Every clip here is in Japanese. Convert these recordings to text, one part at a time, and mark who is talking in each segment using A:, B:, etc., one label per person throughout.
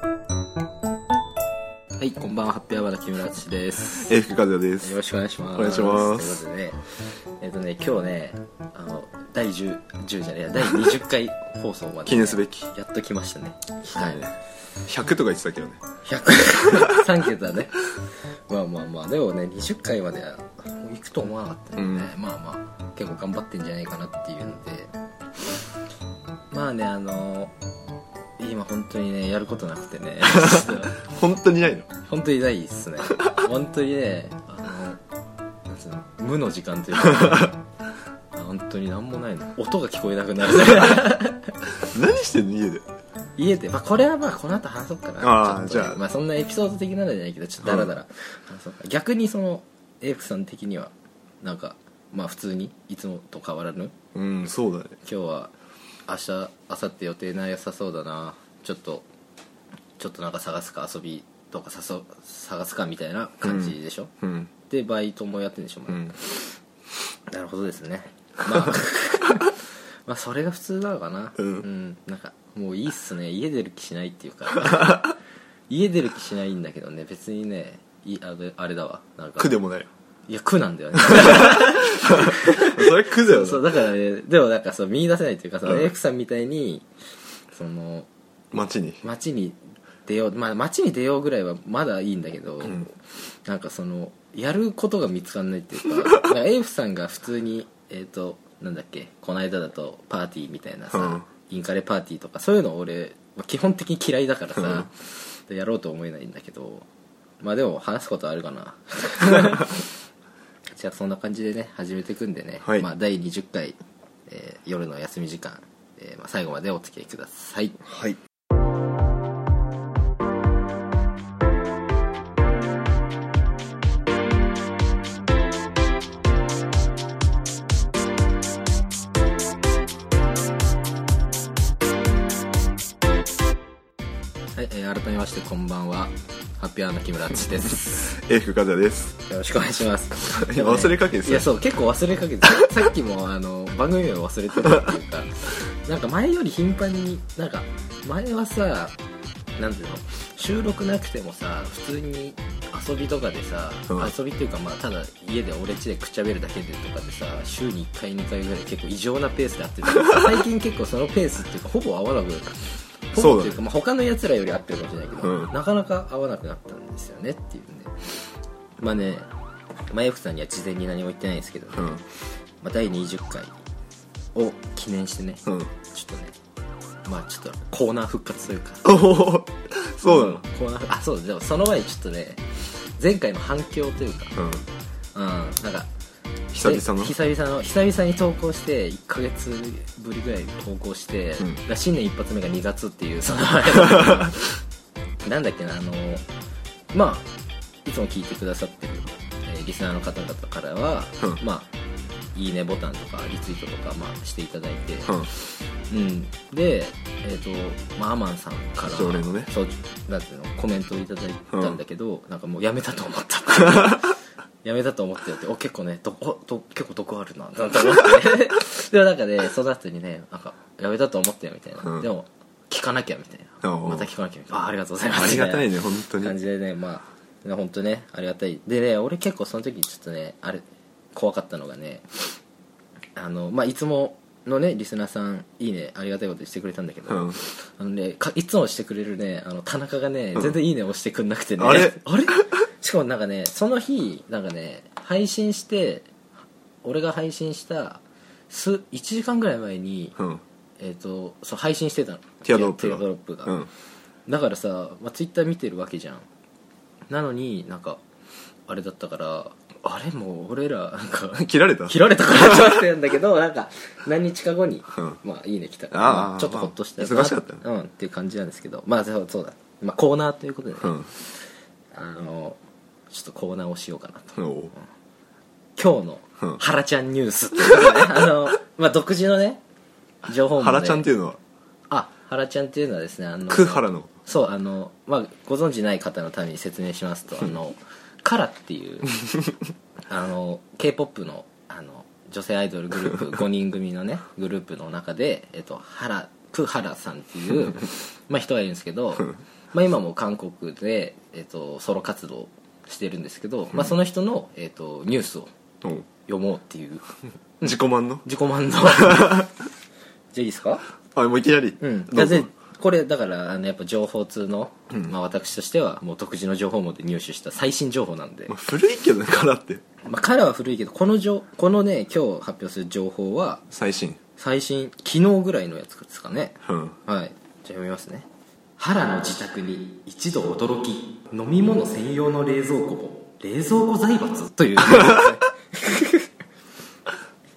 A: はい、こんばんは、ハッピーアワーの木村敦です。
B: えー、福和也で
A: よ
B: す
A: ろ。しくお願いします。
B: お願いします
A: ということでね、えっ、とね、今日ね、あの、第10、10じゃねえや、第20回放送まで、
B: 記念すべき。
A: やっと来ましたね。はい。
B: 100とか言ってたけどね。
A: 100、3桁だね。まあまあまあ、でもね、20回までは行くと思わなかったので、ねまあまあ、結構頑張ってんじゃないかなっていうので、まあね、あの、今本当にね、やることなくて ね、
B: 本当にないの
A: 本当にないっす ね本当にねあのなんつうの無の時間という かあ本当に何もないの音が聞こえなくなる
B: 何してんの家で。
A: 家で、まあ、これはまあこの後話そうかな
B: あー
A: ちょっとね
B: じゃあ
A: まあ、そんなエピソード的なのじゃないけどちょっとダラダラ話そうか、逆にそのエイクさん的にはなんかまあ普通にいつもと変わらぬ
B: うん、そうだね。
A: 今日は明日明後日予定なさそうだなちょっとちょっとなんか探すか遊びとか誘う探すかみたいな感じでしょ、
B: うん。
A: でバイトもやってるんでしょ、ま
B: う
A: だ
B: ん。
A: なるほどですねまあまあそれが普通なのかな
B: うん
A: なんかもういいっすね家出る気しないっていうか 家出る気しないんだけどね別にねいあれあれだわなんか
B: 苦でもない。
A: いや苦なんだよね
B: それ苦だよ
A: そう
B: な。
A: だからねでもなんかそう見出せないというかその
B: うん
A: エイクさんみたいにその
B: 街に。
A: 街に出ようまあ街に出ようぐらいはまだいいんだけど、
B: ん
A: なんかそのやることが見つかんないって いうかだからエイフさんが普通にえっ、となんだっけこの間だとパーティーみたいなさ、
B: うん
A: インカレパーティーとかそういうの俺、まあ基本的に嫌いだからさ、でやろうと思えないんだけどまあでも話すことあるか なじゃあそんな感じでね始めていくんでね、
B: はい
A: まあ、第20回、えー夜の休み時間、えーまあ、最後までお付き合いください
B: はい。
A: はい、えー改めましてこんばんはハッピーアワーの木村敦です
B: えー、福和也です。
A: よろしくお願いします
B: いや忘れかけてた
A: いやそう結構忘れかけてたさっきもあの番組名を忘れてたっていうかなんか前より頻繁になんか前はさなんていうの収録なくてもさ普通に遊びとかでさ、
B: うん
A: 遊びっていうかまあただ家で俺家でくっちゃべるだけでとかでさ週に1回2回ぐらい結構異常なペースで会って たけど最近結構そのペースっていうかほぼ合わなくなったほぼっていうか
B: そうだ
A: まあ、他のやつらより合ってるかもしれないけど、
B: うん
A: なかなか合わなくなったんですよねっていうんでまあね前福さんには事前に何も言ってないんですけど、
B: う
A: ま
B: ん。
A: あ、第20回を記念してね、
B: うん。
A: ちょっとねまあちょっとコーナー復活というか
B: おおそうなの
A: コーナーあそうでもその前にちょっとね前回の反響というか
B: うん。
A: うんなんか
B: 久
A: で
B: 々の。
A: 久々の久々に投稿して1ヶ月ぶりぐらい投稿して、
B: うん
A: だから新年一発目が2月っていう そのなんだっけなあのまあいつも聞いてくださってる、えーリスナーの方々からは、
B: うん
A: まあいいねボタンとかリツイートとか、まあ、していただいて、
B: うん。
A: うん、で、えっとまあ、アマンさんから
B: 常連のね
A: そうなんていうのコメントをいただいたんだけど、なんかもうやめたと 思ったってやめたと思ってよってお結構ねどおど結構毒あるななんて 思ってでもなんかねその後にねなんかやめたと思ったよみたいな、
B: うん
A: でも聞かなきゃみたいな
B: あおう
A: また聞かなきゃみたいなあありがとうございます
B: ありがたい
A: み
B: ね、本当
A: たいな感
B: に。
A: じでねまあね本当ねありがたいでね俺結構その時ちょっとねあれ怖かったのがねあのまあいつものねリスナーさんいいねありがたいことしてくれたんだけど、
B: うん。
A: あのねかいつもしてくれるねあの田中がね
B: ん
A: 全然いいね押してくんなくてね、
B: あれ
A: しかもなんかねその日なんかね配信して俺が配信した数1時間ぐらい前に、
B: うん。
A: えっとそう配信してたの
B: ティアドロップ
A: ティ
B: が
A: アドロップが、
B: うん。
A: だからさ、まあ、ツイッター見てるわけじゃんなのになんかあれだったからあれもう俺らなんか
B: 切られた
A: 切られたからってなってるんだけどなんか何日か後に、
B: うん
A: まあいいね来た
B: ああ
A: まあちょっとほっとした
B: まあ忙しかったね
A: うんっていう感じなんですけどまあそうそうだ、まあ、コーナーということでね、
B: うん。
A: あのちょっとコーナーをしようかなと
B: おお
A: 今日
B: う
A: の「
B: ん
A: ハラちゃんニュース」っていう ことで、ね、あのまあ独自のね情報も、ね、
B: 原ちゃんって
A: いう
B: いうのは、
A: あハラちゃんっていうのはですねあの
B: く原の。
A: そうあの、まあ、ご存知ない方のために説明しますとあのカラっていうあの k p o p のあの女性アイドルグループ5人組のねグループの中で、えっと、原プハラさんっていうまあ人がいるんですけど、まあ、今も韓国で、えっと、ソロ活動をしてるんですけど、まあ、その人の、えっと、ニュースを
B: うん
A: 読もうっていう
B: 自己満の
A: 自己満のじゃあいいですか
B: あもういきなり、
A: うん、
B: どうぞ
A: だってこれだからあのやっぱ情報通の、まあ、私としてはもう独自の情報網で入手した最新情報なんで
B: まあ、、古いけどねからって
A: まあ、彼は古いけどこの情このね今日発表する情報は
B: 最新
A: 最新昨日ぐらいのやつですかね
B: うん
A: はいじゃあ読みますね原の自宅に一度驚き飲み物専用の冷蔵庫も冷蔵庫財閥という、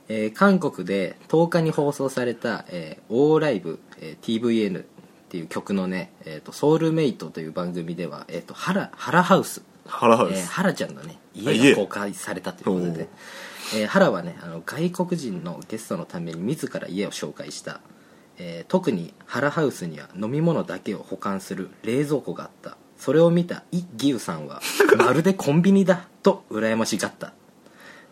A: えー韓国で10日に放送された「えー、オーライブ、えー TVN」っていう曲のね「えー、とソウルメイト」という番組では「えー、とハラハラハウス」
B: 腹ハウ
A: えー
B: ス、
A: ハラちゃんのね
B: あ
A: 家
B: 家
A: が公開されたということで、えーハラはねあの外国人のゲストのために自ら家を紹介した、えー特にハラハウスには飲み物だけを保管する冷蔵庫があったそれを見たイ・ギウさん はまるでコンビニだと羨ましがった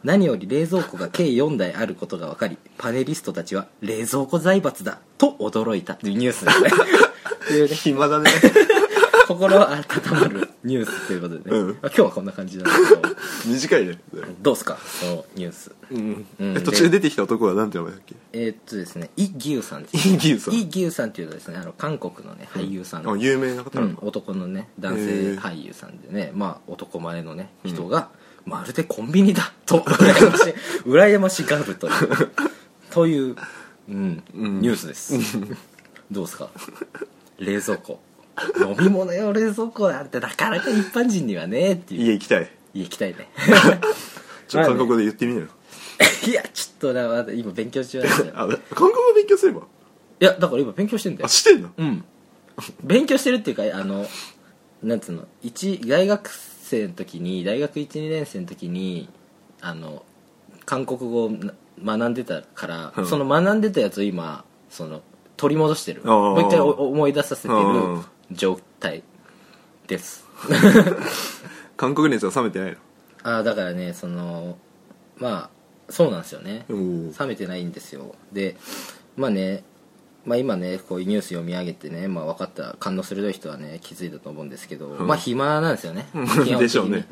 A: 何より冷蔵庫が計4台あることが分かりパネリストたちは冷蔵庫財閥だと驚いたというニュースです ねというね
B: 暇だね
A: 心温まるニュースということでね、
B: うん
A: まあ今日はこんな感じなんですけど
B: 短いね、
A: どうっすかそのニュース
B: うん
A: うん
B: え途中で出てきた男は何て名前だっけ
A: えーっとですねイ・ギウさんです
B: イギーさん
A: イ・ギウさんっていうとですねあの韓国のね俳優さん、
B: あ有名な方
A: う
B: なの
A: ん
B: か、
A: 男のね男
B: へ
A: 性
B: ー
A: 俳優さんでね、まあ男前のね人が、まるでコンビニだと羨ましい羨ましがるというという、うん
B: うん
A: ニュースですどうっすか冷蔵庫飲み物用冷蔵庫なんてなかなか一般人にはねっていう
B: 家行きたい
A: 家行きたいね
B: ちょっと韓国語で言ってみなよ、
A: いやちょっとなまだ今勉強中なんですよ
B: あ韓国語勉強すれば
A: いやだから今勉強してんだ
B: あ
A: よ
B: してんの
A: うん 勉強してるっていうかあのなんつうの一大学生の時に大学12年生の時にあの韓国語をな学んでたから、
B: うん
A: その学んでたやつを今その取り戻してる
B: あー
A: もう一回お思い出させてる
B: うん
A: 状態です
B: 韓国熱は冷めてない
A: ああだからねそのまあそうなんですよね
B: のおお
A: 冷めてないんですよでまあね、まあ、今ねこういうニュース読み上げてね、まあ、分かった感の鋭い人はね気づいたと思うんですけど、
B: ん
A: まあ暇なんですよね
B: ん
A: 基本的に
B: でしょうね
A: ん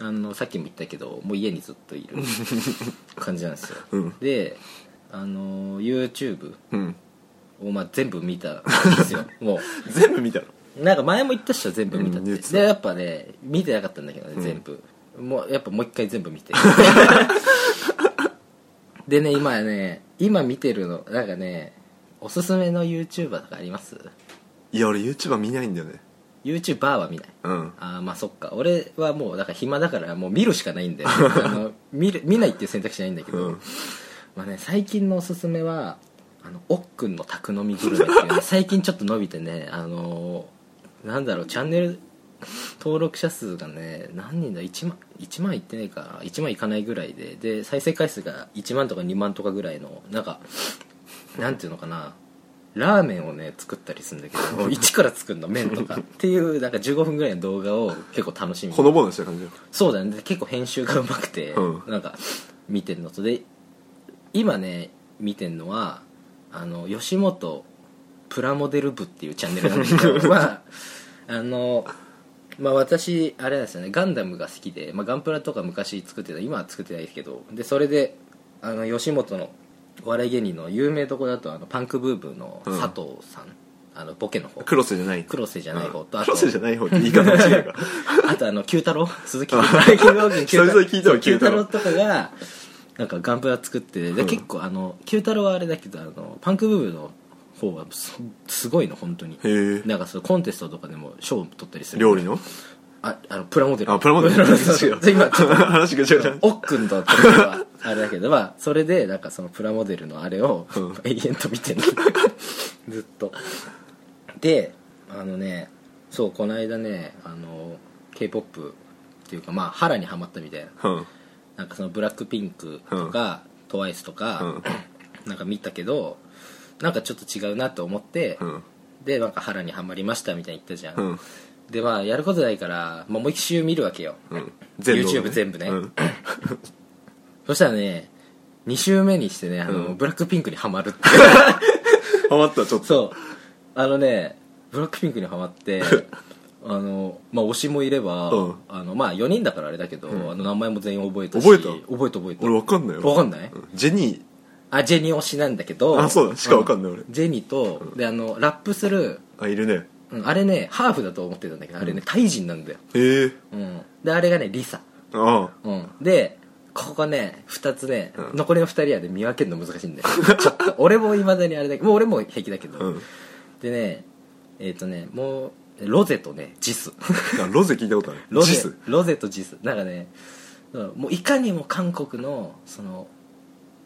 A: あのさっきも言ったけどもう家にずっとい る感じなんですよ、
B: うん
A: であの YouTube
B: うん
A: をまあ全部見たんです よもう
B: 全部見たの
A: なんか前も言ったっしょ全部見たって、
B: うん言ってた
A: でやっぱね見てなかったんだけどね、全部もうやっぱもう一回全部見 てでね今ね今見てるのなんかねおすすめの YouTuber とかあります
B: いや俺 YouTuber 見ないんだよね
A: YouTuber は見ない
B: うん
A: あーまあそっか俺はもうだから暇だからもう見るしかないんだ よあの見る見ないっていう選択肢ないんだけど、
B: うん
A: まあね、最近のおすすめはあのおっくんの宅飲みグルメっていうね最近ちょっと伸びてねあのーなんだろうチャンネル登録者数がね何人だ1万1万いってないか1万いかないぐらいでで再生回数が1万とか2万とかぐらいのなんかなんていうのかなラーメンをね作ったりするんだけどもう一から作るの麺とかっていうなんか15分ぐらいの動画を結構楽しみに
B: ほのぼのした感じだ
A: そうだねで結構編集がうまくて、
B: うん
A: なんか見てるのとで今ね見てるのはあの吉本プラモデル部っていうチャンネルなんですけ どまああのまあ私あれなんですよねガンダムが好きで、まあ、ガンプラとか昔作ってた今は作ってないですけどでそれであの吉本のお笑い芸人の有名とこだとあのパンクブーブーの佐藤さん、あのボケの方
B: クロスじゃない
A: 黒瀬じゃない方と、あと
B: ロスじゃない方って言い方違うか
A: あとあの、九太郎鈴木九太郎
B: 久々に聞いたわ
A: 九
B: 九
A: 太
B: 太
A: 郎
B: 郎
A: とかが、なんかガンプラ作ってて、で、結構あの、九太郎はあれだけど、あの、パンクブーブーの方はすすごいの、本当に。
B: へえ
A: なんかそのコンテストとかでも賞を取ったりする。
B: 料理の
A: あ、あの、プラモデル。
B: あプラモデル
A: そう
B: 違う
A: 今、ちょっと
B: 話が違う
A: おっくんとっていうのはあれだけど、まあ、それでなんかそのプラモデルのあれを
B: うん
A: 永遠と見て るずっとであのねそうこの間ねあの k p o p っていうかまあ腹にはまったみたいな
B: うん
A: なんかそのブラックピンクとか、TWICE とか、なんか見たけどなんかちょっと違うなと思って、
B: うん
A: でなんか腹にはまりましたみたいに言ったじゃん、
B: うん
A: でまあやることないから、まあ、もう一周見るわけよ、
B: うん
A: YouTube 全部ね
B: うん
A: そしたらね、 2週目にしてねあの、
B: うん
A: ブラックピンクにはまる っていう
B: ハマったちょっと
A: そうあのねブラックピンクにはまって あのまあ推しもいれば、
B: うん
A: あのまあ4人だからあれだけど、あの名前も全員覚えたし
B: 覚えた
A: 覚えた覚えた
B: 俺わかんないよ
A: わかんない
B: うんジェニ
A: あジェニー推しなんだけど
B: あそうだしかわかんない俺
A: ジェニーと、であのラップする、
B: ーあいるね
A: うんあれねハーフだと思ってたんだけどあれね、タイ人なんだよ、
B: へえ
A: うん、であれがねリサ、
B: あ
A: うん、でここね2つね、
B: うん
A: 残りの2人はね見分けるの難しいんだよ ちょっと俺もいまだにあれだけどもう俺も平気だけど、
B: あうん
A: でねえっ、とねもうロゼとねジ ス
B: あロゼ聞いたことある
A: ロゼ
B: ジス
A: ロゼとジスなんかねうんもういかにも韓国のその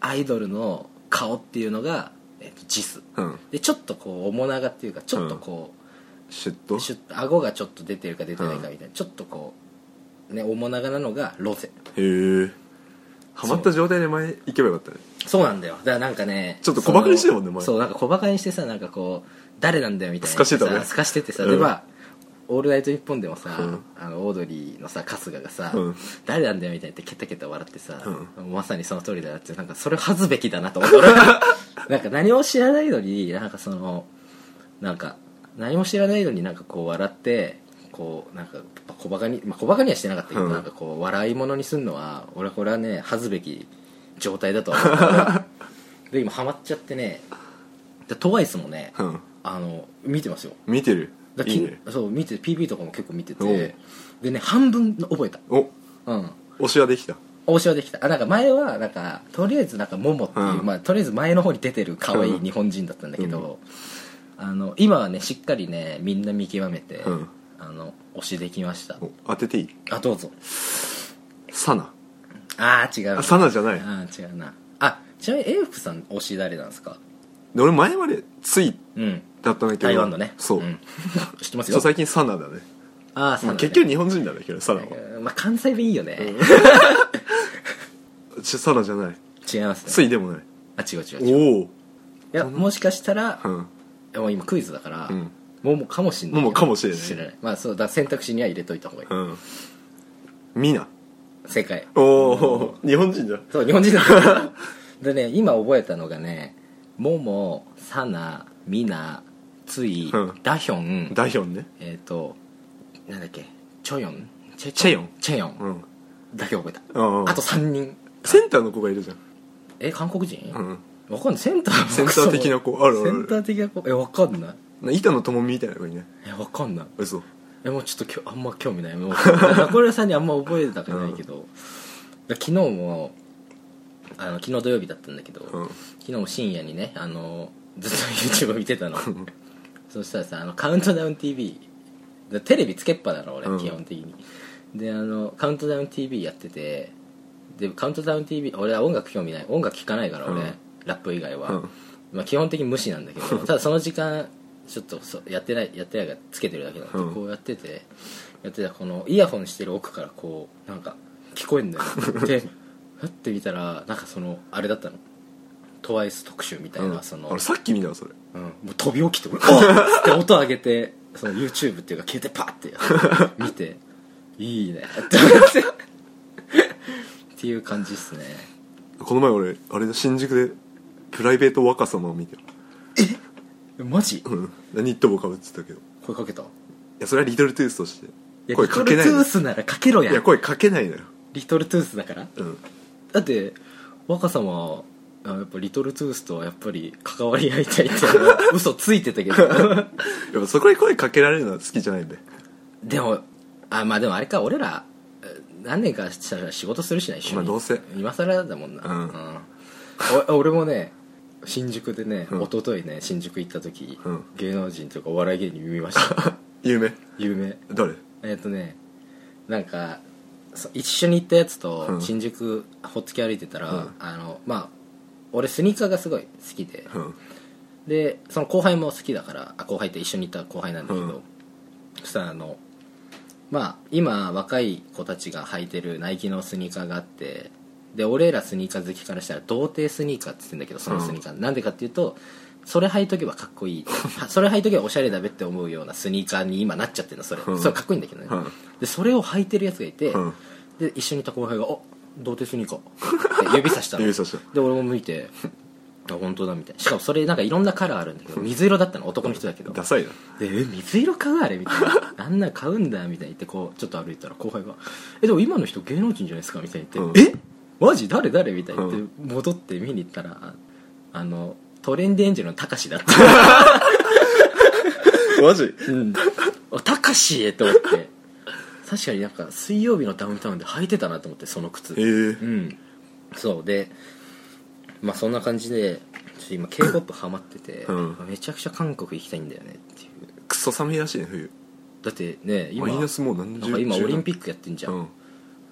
A: アイドルの顔っていうのが、えーとジス
B: うん
A: でちょっとこう面長っていうかちょっとこう、
B: シュッと
A: シュッと顎がちょっと出てるか出てないかみたいな、ちょっとこうね面長なのがロゼ
B: へえハマった状態で前行けばよかったね
A: そうなんだよだからなんかね
B: ちょっと小馬鹿にしてるもんね
A: その
B: 前
A: そうなんか小馬鹿にしてさなんかこう誰なんだよみたいな
B: すかしてたね
A: さすかしててさ、
B: うん
A: でまあ「オールナイトニッポン」でもさ、
B: うん
A: あのオードリーのさ春日がさ、
B: うん
A: 誰なんだよみたいなってケタケタ笑ってさ、まさにその通りだなってなんかそれを恥ずべきだなと思って俺なんか何も知らないのになんかそのなんか何も知らないのになんかこう笑ってこうなんか小バカに、まあ、小バカにはしてなかったけど、
B: うん
A: なんかこう笑い物にするのは俺はこれはね恥ずべき状態だとは思 うで今ハマっちゃってねでトワイスもね
B: うん
A: あの見てますよ
B: 見てる
A: だ
B: いいね
A: きそう見て PV とかも結構見て
B: お
A: て
B: う
A: でね半分覚えた
B: お
A: うん
B: 推しはできた
A: 応酬はできたあなんか前はなんかとりあえずなんかモモっていう、
B: うん
A: まあ、とりあえず前の方に出てる可愛い日本人だったんだけど、あの今はねしっかりねみんな見極めて、
B: うん
A: あの推しできました
B: お当てていい
A: あどうぞ
B: サナ
A: ああ違う
B: あサナじゃない
A: あー違うなあちなみに英福さん推し誰なんですか
B: で俺前までつい
A: うん
B: だったんだけど
A: 台湾のね
B: そう、
A: ん 知ってます
B: ちょ
A: よ
B: 最近サナだね
A: ああそうなんだ
B: まあ
A: ね
B: 結局日本人なんだけどサナは
A: まあ関西弁いいよね、
B: ちサナじゃない
A: 違います
B: つ
A: ね
B: いでもない
A: あ違う違う違うい
B: おお
A: やもしかしたら、
B: うん
A: いやもう今クイズだから、
B: うん
A: ももかもしんない
B: ももかもしれない
A: 知らないまあそうだ選択肢には入れといた方がいい、
B: うんミナ
A: 正解
B: おお日本人じゃん
A: そう日本人だ でね今覚えたのがねももさなみなつい、
B: うん
A: だひょん
B: ダヒョンね
A: えっ、となんだっけチョヨンチェ
B: チェヨン
A: チェヨン、
B: うん
A: だけ覚えた、
B: うん
A: あと3人
B: センターの子がいるじゃん
A: え韓国人、
B: うん
A: わかんないセンター
B: センター的な子あるある
A: センター的な子えわかんない
B: な板野友美みたいな子いね
A: えわかんない
B: 嘘
A: えもうちょっときょあんま興味ないもう中村さんにあんま覚えてたくないけど、で昨日もあの昨日土曜日だったんだけど、
B: うん
A: 昨日も深夜にねあのずっと YouTube 見てたのそしたらさあの「カウントダウン TV」でテレビつけっぱなの俺、
B: うん
A: 基本的にであの「カウントダウン TV」やっててで「カウントダウン TV」俺は音楽興味ない音楽聴かないから俺、
B: うん
A: ラップ以外は、
B: うん
A: まあ、基本的に無視なんだけどただその時間ちょっとそやってないやってないからつけてるだけなんで、
B: うん
A: こうやっててやってたらこのイヤホンしてる奥からこうなんか聞こえん だよでふって見たらなんかそのあれだったの TWICE 特集みたいな、
B: うん
A: その
B: 俺さっき見たわそれ
A: うん、もう飛び起きて俺「あっ!」 つって音上げてその YouTube っていうか携帯パッてやって見て「いいね」って思ってっていう感じっすね
B: この前俺あれだ新宿でプライベート若様を見てる
A: えマジ
B: うんニット帽かぶってたけどい
A: 声かけたい
B: やそれはリトルトゥースとして
A: や
B: 声
A: リト
B: か
A: ル
B: け
A: ト
B: ない
A: ゥ
B: の
A: ースならかけろや
B: いや声かけないのよ
A: リトルトゥースだから
B: うん
A: だって若さまはあやっぱリトルトゥースとはやっぱり関わり合いたいって嘘ついてたけど
B: やっぱそこに声かけられるのは好きじゃないんで
A: でもあまあでもあれか俺らえ何年かしたら仕事するしな一緒に、
B: まあどうせ
A: 今更だもんな、
B: うん
A: お俺もね新宿でね、
B: うん
A: 一昨日ね新宿行った時、
B: うん
A: 芸能人というかお笑い芸人見ました
B: 有名
A: 有名
B: 誰
A: えっ、とねなんかそ一緒に行ったやつ
B: う
A: と
B: ん
A: 新宿ほっつき歩いてたら、
B: うん
A: あのまあ俺スニーカーがすごい好きで
B: うん
A: でその後輩も好きだからあ後輩って一緒に行った後輩なんだけど、
B: うん
A: そしたらあのまあ今若い子たちが履いてるナイキのスニーカーがあってで俺らスニーカー好きからしたら童貞スニーカーって言ってんだけどそのスニーカー、なんでかっていうとそれ履いとけばかっこい いはそれ履いとけばおしゃれだべって思うようなスニーカーに今なっちゃってるのそれ、
B: うん
A: それかっこいいんだけどね、
B: うん
A: でそれを履いてるやつがいて、
B: うん
A: で一緒にいた後輩が「お童貞スニーカー」って指さしたの
B: 指さした
A: で俺も向いて「あ本当だ」みたいなしかもそれなんかいろんなカラーあるんだけど水色だったの男の人だけど
B: ダサいな
A: でえ水色買うあれみたい なあんな買うんだみたいに言ってこうちょっと歩いたら後輩が「えでも今の人芸能人じゃないですか」みたいに言って「
B: うん
A: えマジ誰誰?」みたいに言
B: う
A: って戻って見に行ったらああのトレンディエンジェルのたかしだ った、
B: マジ
A: うん、あたかしえと思って確かになんか水曜日のダウンタウンで履いてたなと思ってその靴
B: ええ
A: うんそうでまあそんな感じでちょっと今 k p o p ハマってて、
B: うん
A: めちゃくちゃ韓国行きたいんだよねっていう
B: クソ寒いらしいね冬
A: だってね今
B: マイナスもう何
A: な
B: 十
A: んか今オリンピ
B: ッ
A: ックやってんじ
B: ク
A: ゃん、
B: うん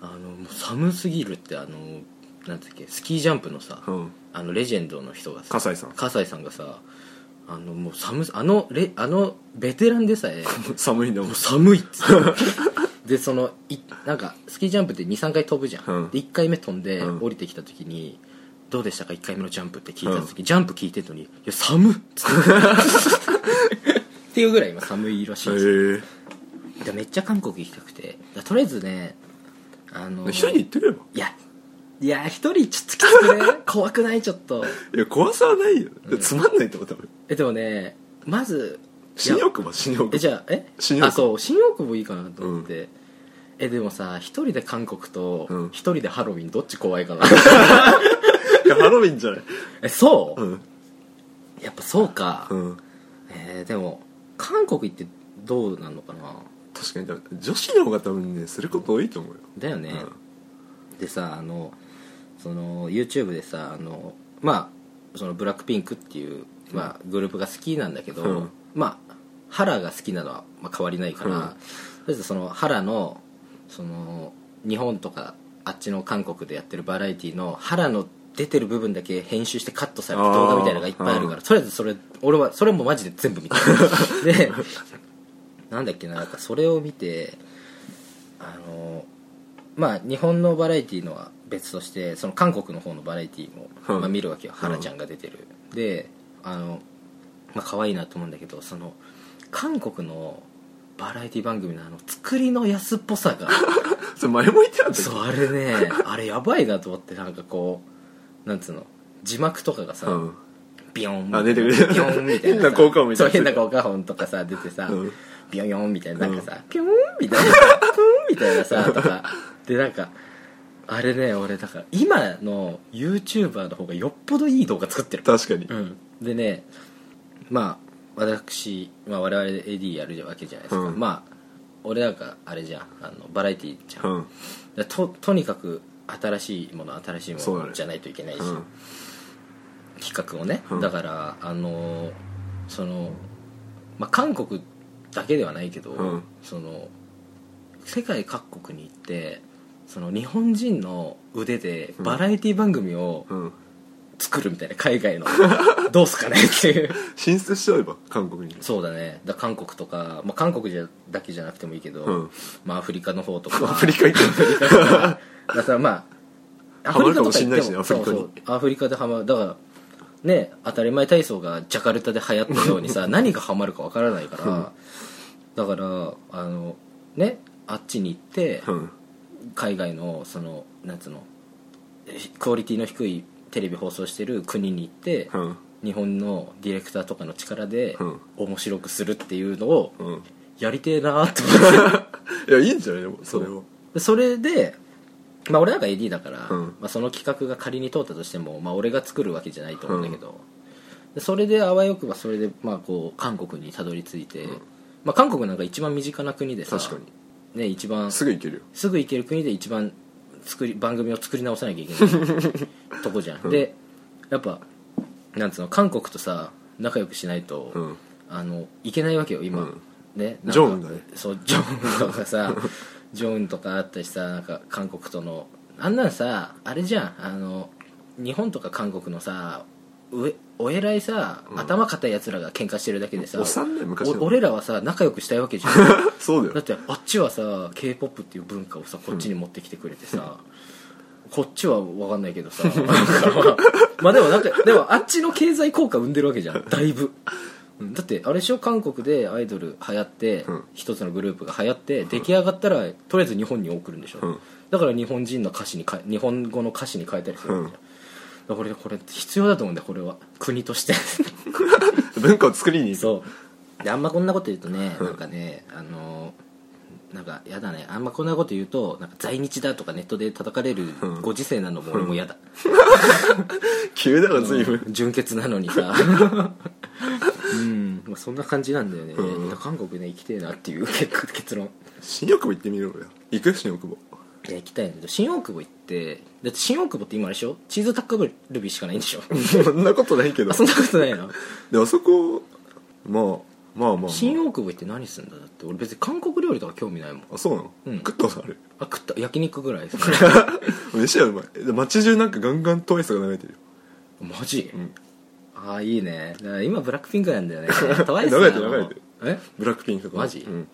A: あのもう寒すぎるってあのなんだっけスキージャンプのさ、
B: うん
A: あのレジェンドの人がさ
B: 葛西さん
A: 葛西さんがさあのもう寒すあのレあのベテランでさえ
B: 寒いんだもん
A: もう寒いっつって でそのいなんかスキージャンプって23回飛ぶじゃん、
B: うん
A: で1回目飛んで
B: うん
A: 降りてきた時に、どうでしたか1回目のジャンプって聞いた時、ジャンプ聞いてるのに「いや寒っ!」っつってっていうぐらい今寒いらしい
B: ええ
A: ですでめっちゃ韓国行きたくてだとりあえずねあの
B: 一人で行ってくれば
A: いやいや一人ちょっときつくね怖くないちょっと
B: いや怖さはないよつまんないと思う多分
A: えでもねまずいや
B: 新大久保新大久保
A: えじゃあえ
B: 新大久保
A: あそう新大久保いいかなと思って、えでもさ一人で韓国と
B: うん
A: 一人でハロウィンどっち怖いかな
B: いやハロウィンじゃない
A: えそう、
B: うん
A: やっぱそうか、
B: うん
A: えーでも韓国行ってどうなんのかな
B: 確かにだから女子の方が多分ねすること多いと思うよ
A: だよね、でさあのその YouTube でさあのまあそのブラックピンクっていう、まあ、グループが好きなんだけど、
B: うん
A: まあハラが好きなのは、まあ、変わりないから、
B: うん
A: とりあえずそのハラのその日本とかあっちの韓国でやってるバラエティのハラの出てる部分だけ編集してカットされた動画みたいなのがいっぱいあるからとりあえずそれ俺はそれもマジで全 部見たでなんだっけななんかそれを見てあのまあ日本のバラエティーのは別としてその韓国の方のバラエティーも、
B: うん
A: まあ、見るわけよハラちゃんが出てる、であのまあ可愛いなと思うんだけどその韓国のバラエティ番組のあの作りの安っぽさ が
B: うんそれ前も言ってたんだけ
A: そ
B: ど
A: うあれねあれやばいなと思ってなんかこうなんつうの字幕とかがさ、
B: うん
A: ビヨン
B: あ出てくる
A: ビヨンみたいなさ
B: 変な効果音みたいな
A: そう変な効果音とかさ出てさ、
B: うん
A: ビヨンヨンみたいななんかさ、ピョンみたいなプンみたいなさとかでなんかあれね俺だから今の YouTuber の方がよっぽどいい動画作ってる、
B: 確かに
A: うん、でねまあ私、まあ、我々 AD やるわけじゃないですか、
B: うん
A: まあ俺なんかあれじゃんあのバラエティじゃん、
B: うん
A: だととにかく新しいもの新しいも
B: そうだ
A: の
B: ね
A: じゃないといけないし、
B: うん
A: 企画をね、
B: うん
A: だからあのーその、まあ、韓国だけではないけど、
B: うん
A: その世界各国に行ってその日本人の腕でバラエティ番組を
B: うん
A: 作るみたいな、海 外のどうすかねっていう
B: 進出しちゃえば韓国に
A: そうだねだ韓国とか、まあ、韓国じゃだけじゃなくてもいいけど、
B: うん
A: まあ、アフリカの方と
B: ア
A: か
B: フリカ行ってる
A: だからだからまあア
B: ハマるかも
A: と
B: し
A: 行
B: ん
A: っ
B: な
A: て
B: いしね
A: もそうそ
B: アフリ
A: うアフリカでハマるだからね当たり前体操がジャカルタで流行ったようにさ何がハマるかわからないからだからあのねあっちに行って
B: うん
A: 海外のそのなんつうのえクオリティの低いテレビ放送してる国に行って
B: うん
A: 日本のディレクターとかの力で
B: うん
A: 面白くするっていうのを
B: うん
A: やりてえなーって思って
B: いやいいんじゃないでもそれを
A: でそれで、まあ、俺なんか AD だから、
B: うん
A: まあ、その企画が仮に通ったとしても、まあ、俺が作るわけじゃないと思うんだけど、でそれであわよくばそれで、まあ、こう韓国にたどり着いて、まあ、韓国なんか一番身近な国でさ
B: 確かに
A: ね、一番
B: すぐ行けるよ
A: すぐ行ける国で一番作り番組を作り直さなきゃいけない とこじゃん、でやっぱなんつうの韓国とさ仲良くしないと、
B: うん
A: あのいけないわけよ今、
B: うん
A: ねなんか
B: ジョンがね
A: そうジョンとかさ ジョンとかあったしさなんか韓国とのあんなんさあれじゃんあの日本とか韓国のさ上お偉いさ、頭固いやつらが喧嘩してるだけでさ
B: おっさんだよ昔
A: お
B: の
A: 俺らはさ仲良くしたいわけじゃん
B: そう
A: だっ
B: だよ
A: てあっちはさ k p o p っていう文化をさこっちに持ってきてくれてさ、こっちは分かんないけどさなんかまあでもなんかでもあっちの経済効果生んでるわけじゃんだいぶ
B: うん
A: だってあれでしょ韓国でアイドル流行って
B: うん
A: 一、つのグループが流行って出来上がったらとりあえず日本に送るんでしょ、
B: うん
A: だから日本人の歌詞にか日本語の歌詞に変えたりするわけじゃん、だから俺これ必要だと思うんだよこれは国として
B: 文化を作りに行く
A: そうであんまこんなこと言うとねなんかねあのーなんかやだねあんまこんなこと言うとなんか在日だとかネットで叩かれる
B: うん
A: ご時世なのも俺も嫌だ、
B: 急だな随分
A: 純潔なのに さうん、まあ、そんな感じなんだよね、
B: うん
A: いや韓国ね行きてえなっていう結結論
B: 新大久保行ってみろよ行く新大久保
A: いや行きたいんだけど新大久保行ってだって新大久保って今あれでしょチーズタッカルビしかないんでしょ
B: そんなことないけど
A: あそんなことないの
B: であそこまあまあまあ、まあ、
A: 新大久保行って何すんだだって俺別に韓国料理とか興味ないもん
B: あそうなの、
A: うん
B: 食ったのあれ
A: あ食った焼肉ぐらい です
B: 飯はうまいで街中なんかガンガントワイスが流れてるよ
A: マジ、
B: ん
A: ああいいねだから今ブラックピンクなんだ よねトワイス
B: 流れてる流れてる
A: え
B: ブラックピンクとか
A: マジ
B: うん、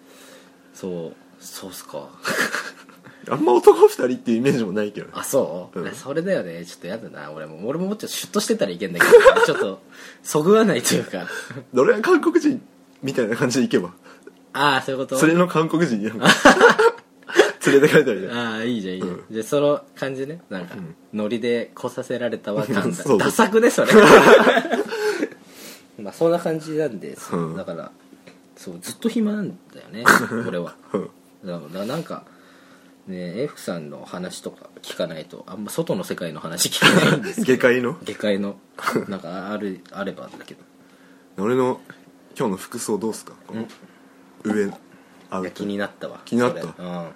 A: そうそうっすか
B: あんま男二人っていうイメージもないけどね
A: あそう、
B: うん
A: それだよねちょっとやだな俺も俺ももうちょっとシュッとしてたらいけんだけどちょっとそぐわないという か
B: 俺は韓国人みたいな感じで行けば
A: ああそういうこと
B: 連れの韓国人にな んか連れて帰ったりね
A: ああいいじゃんいいじゃん、
B: う
A: でその感じねなんか、ノリで来させられたわ感だ
B: そう
A: ダサくねそれ まあそんな感じなんです、
B: うん
A: だからそうずっと暇なんだよね俺は
B: うん
A: だからなんかね F さんの話とか聞かないとあんま外の世界の話聞かないんです
B: 下界の
A: 下界のなんかあるあればだけど
B: 俺の今日の服装どうすかこの上あ
A: いや気になったわ
B: 気になった
A: それうん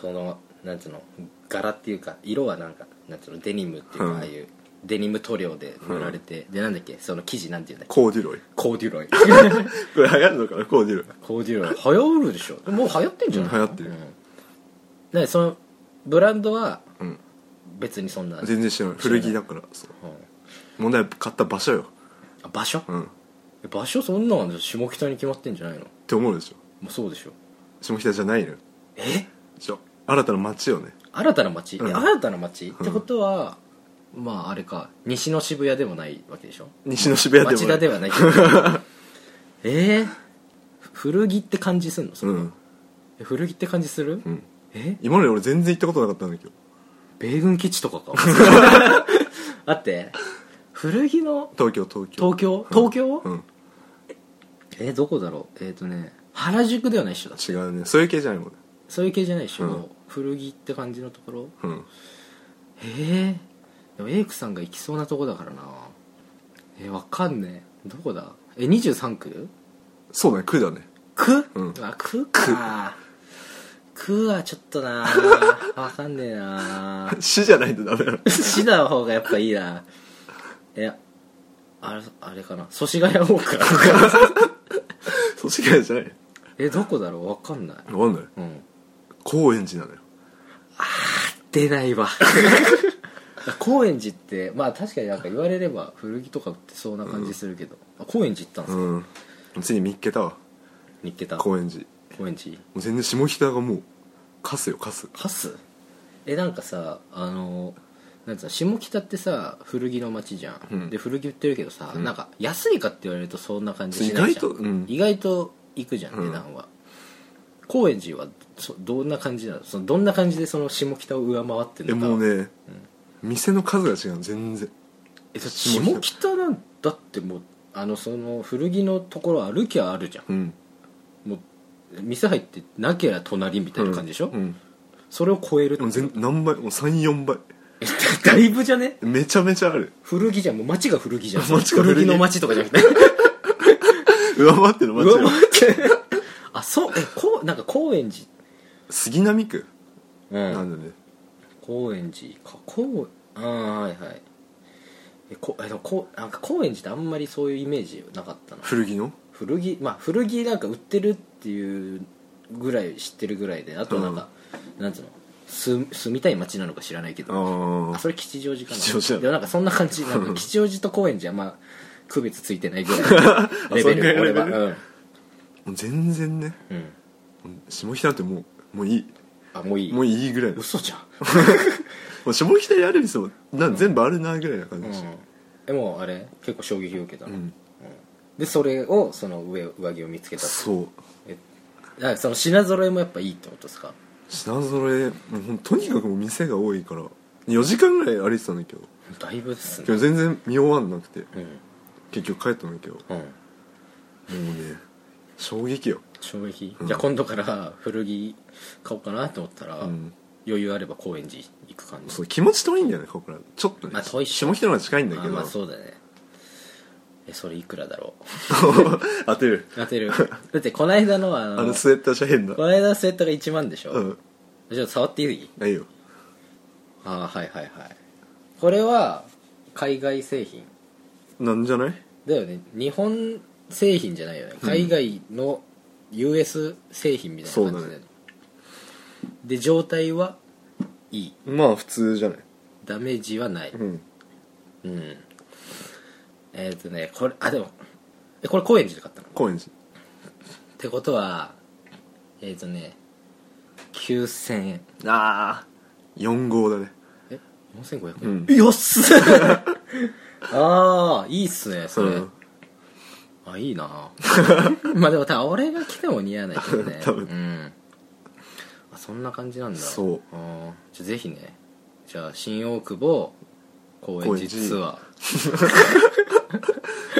A: そのなんつうの柄っていうか色はなんかなんつうのデニムっていうか、
B: うん
A: ああいうデニム塗料で塗られて、でなんだっけその生地なんていうんだっけ
B: コーデュロイ
A: コーデュロイ
B: これ流行るのかなコーデュロイ
A: コーデュロイ流行るでしょもう流行ってんじゃない
B: 流行ってる
A: うんでそのブランドは
B: うん
A: 別にそんな、うん
B: 全然知らない古着だからそう問題は買った場所よ
A: あ場所、
B: うんっ
A: 場所そんなん下北に決まってんじゃないのも
B: て思うでしょ
A: うそうでしょ
B: 下北じゃないのよ
A: え
B: しょ新たな街よね
A: 新たな街、
B: うん
A: え新たな街、ってことはまああれか西の渋谷でもないわけでしょ
B: 西の渋谷で
A: 町
B: もな
A: 田で
B: い
A: はない けどえー、古着って感じすんのそれ、
B: うん
A: え古着って感じする、
B: うん
A: え
B: 今まで俺全然行ったことなかったんだけど
A: 米軍基地とかか 待って古着の
B: 東京東京
A: 東京東京、
B: うん
A: えどこだろうえっ、とね原宿ではないっしょだ
B: 違うねそういう系じゃないもんね
A: そういう系じゃないっしょ、
B: うん
A: 古着って感じのところ
B: うん
A: ええでもエイクさんが行きそうなとこだからなえー、わかんねえどこだえ23区
B: そうだね区だね
A: く、
B: うん
A: あくかくはちょっと なあわかんねえなあ
B: 市じゃないとダメだろ
A: シダの方がやっぱいいないやあれあれかな祖師ヶ谷ウォーク
B: そっち系じゃない
A: えどこだろうわかんない
B: わかんない
A: うん
B: 高円寺なのよ
A: 出ないわ 高円寺ってまあ確かになんか言われれば古着とか売ってそうな感じするけど、あ高円寺行ったんですか、
B: うんついに見っけたわ
A: 日系た
B: 高円寺も
A: 高円寺
B: う全然下北がもうカスよカス
A: カスえなんかさあのなんつうの下北ってさ古着の街じゃん、
B: うん
A: で古着売ってるけどさ、
B: うん
A: なんか安いかって言われるとそんな感じしないじゃん
B: 意外とうん
A: 意外と行くじゃん
B: うん
A: 値段は、高円寺はそどんな感じなのそのどんな感じでその下北を上回って
B: え
A: るのか
B: もうね、店の数が違うの全然
A: えだって下北なんだってもうあのその古着のところ歩きゃあるじゃん
B: うん
A: もう店入ってなけりゃ隣みたいな感じでしょ、
B: うん
A: それを超えるって
B: もう全何倍もう34倍
A: え だだいぶじゃね
B: めちゃめちゃある
A: 古着じゃんもう街が古着じゃん
B: 街が古着
A: 古着の街とかじゃなくて
B: 上回ってる 街
A: う
B: よ
A: わ待って あそうえこうなんか高円寺、
B: 杉並区
A: う
B: なんだね
A: 高円寺か高ああはいはいえこえでもこうなんか高円寺ってあんまりそういうイメージなかったな
B: 古着の
A: 古着まあ古着なんか売ってるっていうぐらい知ってるぐらいであとなんか、なんつうの住住みたい街なのか知らないけど
B: あ
A: あそれ吉祥寺かな
B: 吉祥寺だ
A: でもなんかそんな感じなん か吉祥寺と高円寺はまあ区別ついてないぐらい レベル
B: そんぐらいのレ
A: 俺
B: ベ
A: は
B: ルあもう全然ね
A: うん、うん、
B: 下北なんてもうもういい
A: あもういい
B: もういいぐらいの
A: 嘘じゃん、
B: もう下北にある店もなん全部あるなぐらいな感じ
A: う
B: でし
A: ん、でもあれ結構衝撃を受けた
B: う
A: の、
B: ん
A: でそれをその上上着を見つけたと
B: そう
A: えあその品揃えもやっぱいいってことですか
B: 品揃えもうほんとにかくもう店が多いから4時間ぐらい歩いてたんだけど
A: だいぶです
B: 今
A: ね
B: 日全然見終わんなくて
A: うん
B: 結局帰ったんだけども
A: うん
B: うね衝撃よ
A: 衝撃、
B: うん
A: じゃあ今度から古着買おうかなと思ったら、
B: うん
A: 余裕あれば高円寺行く感じ
B: そう気持ち遠いんだよねここからちょっとね、
A: まあ遠いっしょ
B: 下北の方が近いんだけ
A: あ
B: ど、
A: まあ そうだねえそれいくらだろう
B: 当てる
A: 当てる だってこの間のあの
B: あのスウェットじゃ変だ
A: この間のスウェットが1万でしょ、
B: うん
A: ちょっと触っていい
B: ないよ
A: ああはいはいはいこれは海外製品
B: なんじゃない
A: だよね日本製品じゃないよね海外の US 製品みたいな感じだよね,、で状態はいい
B: まあ普通じゃない
A: ダメージはない
B: うん
A: うんえっ、とねこれあでもえこれ高円寺で買ったのっ
B: 高円寺
A: てことはえっ、とね9000円
B: ああ4号だね
A: え4500円、
B: うん
A: よっ すああいいっすねそれ、
B: うん
A: あいいな まあでも多分俺が来ても似合わないけどね
B: 多分
A: うんあそんな感じなんだ
B: そう
A: あーじゃあぜひねじゃあ新大久保高円寺ツア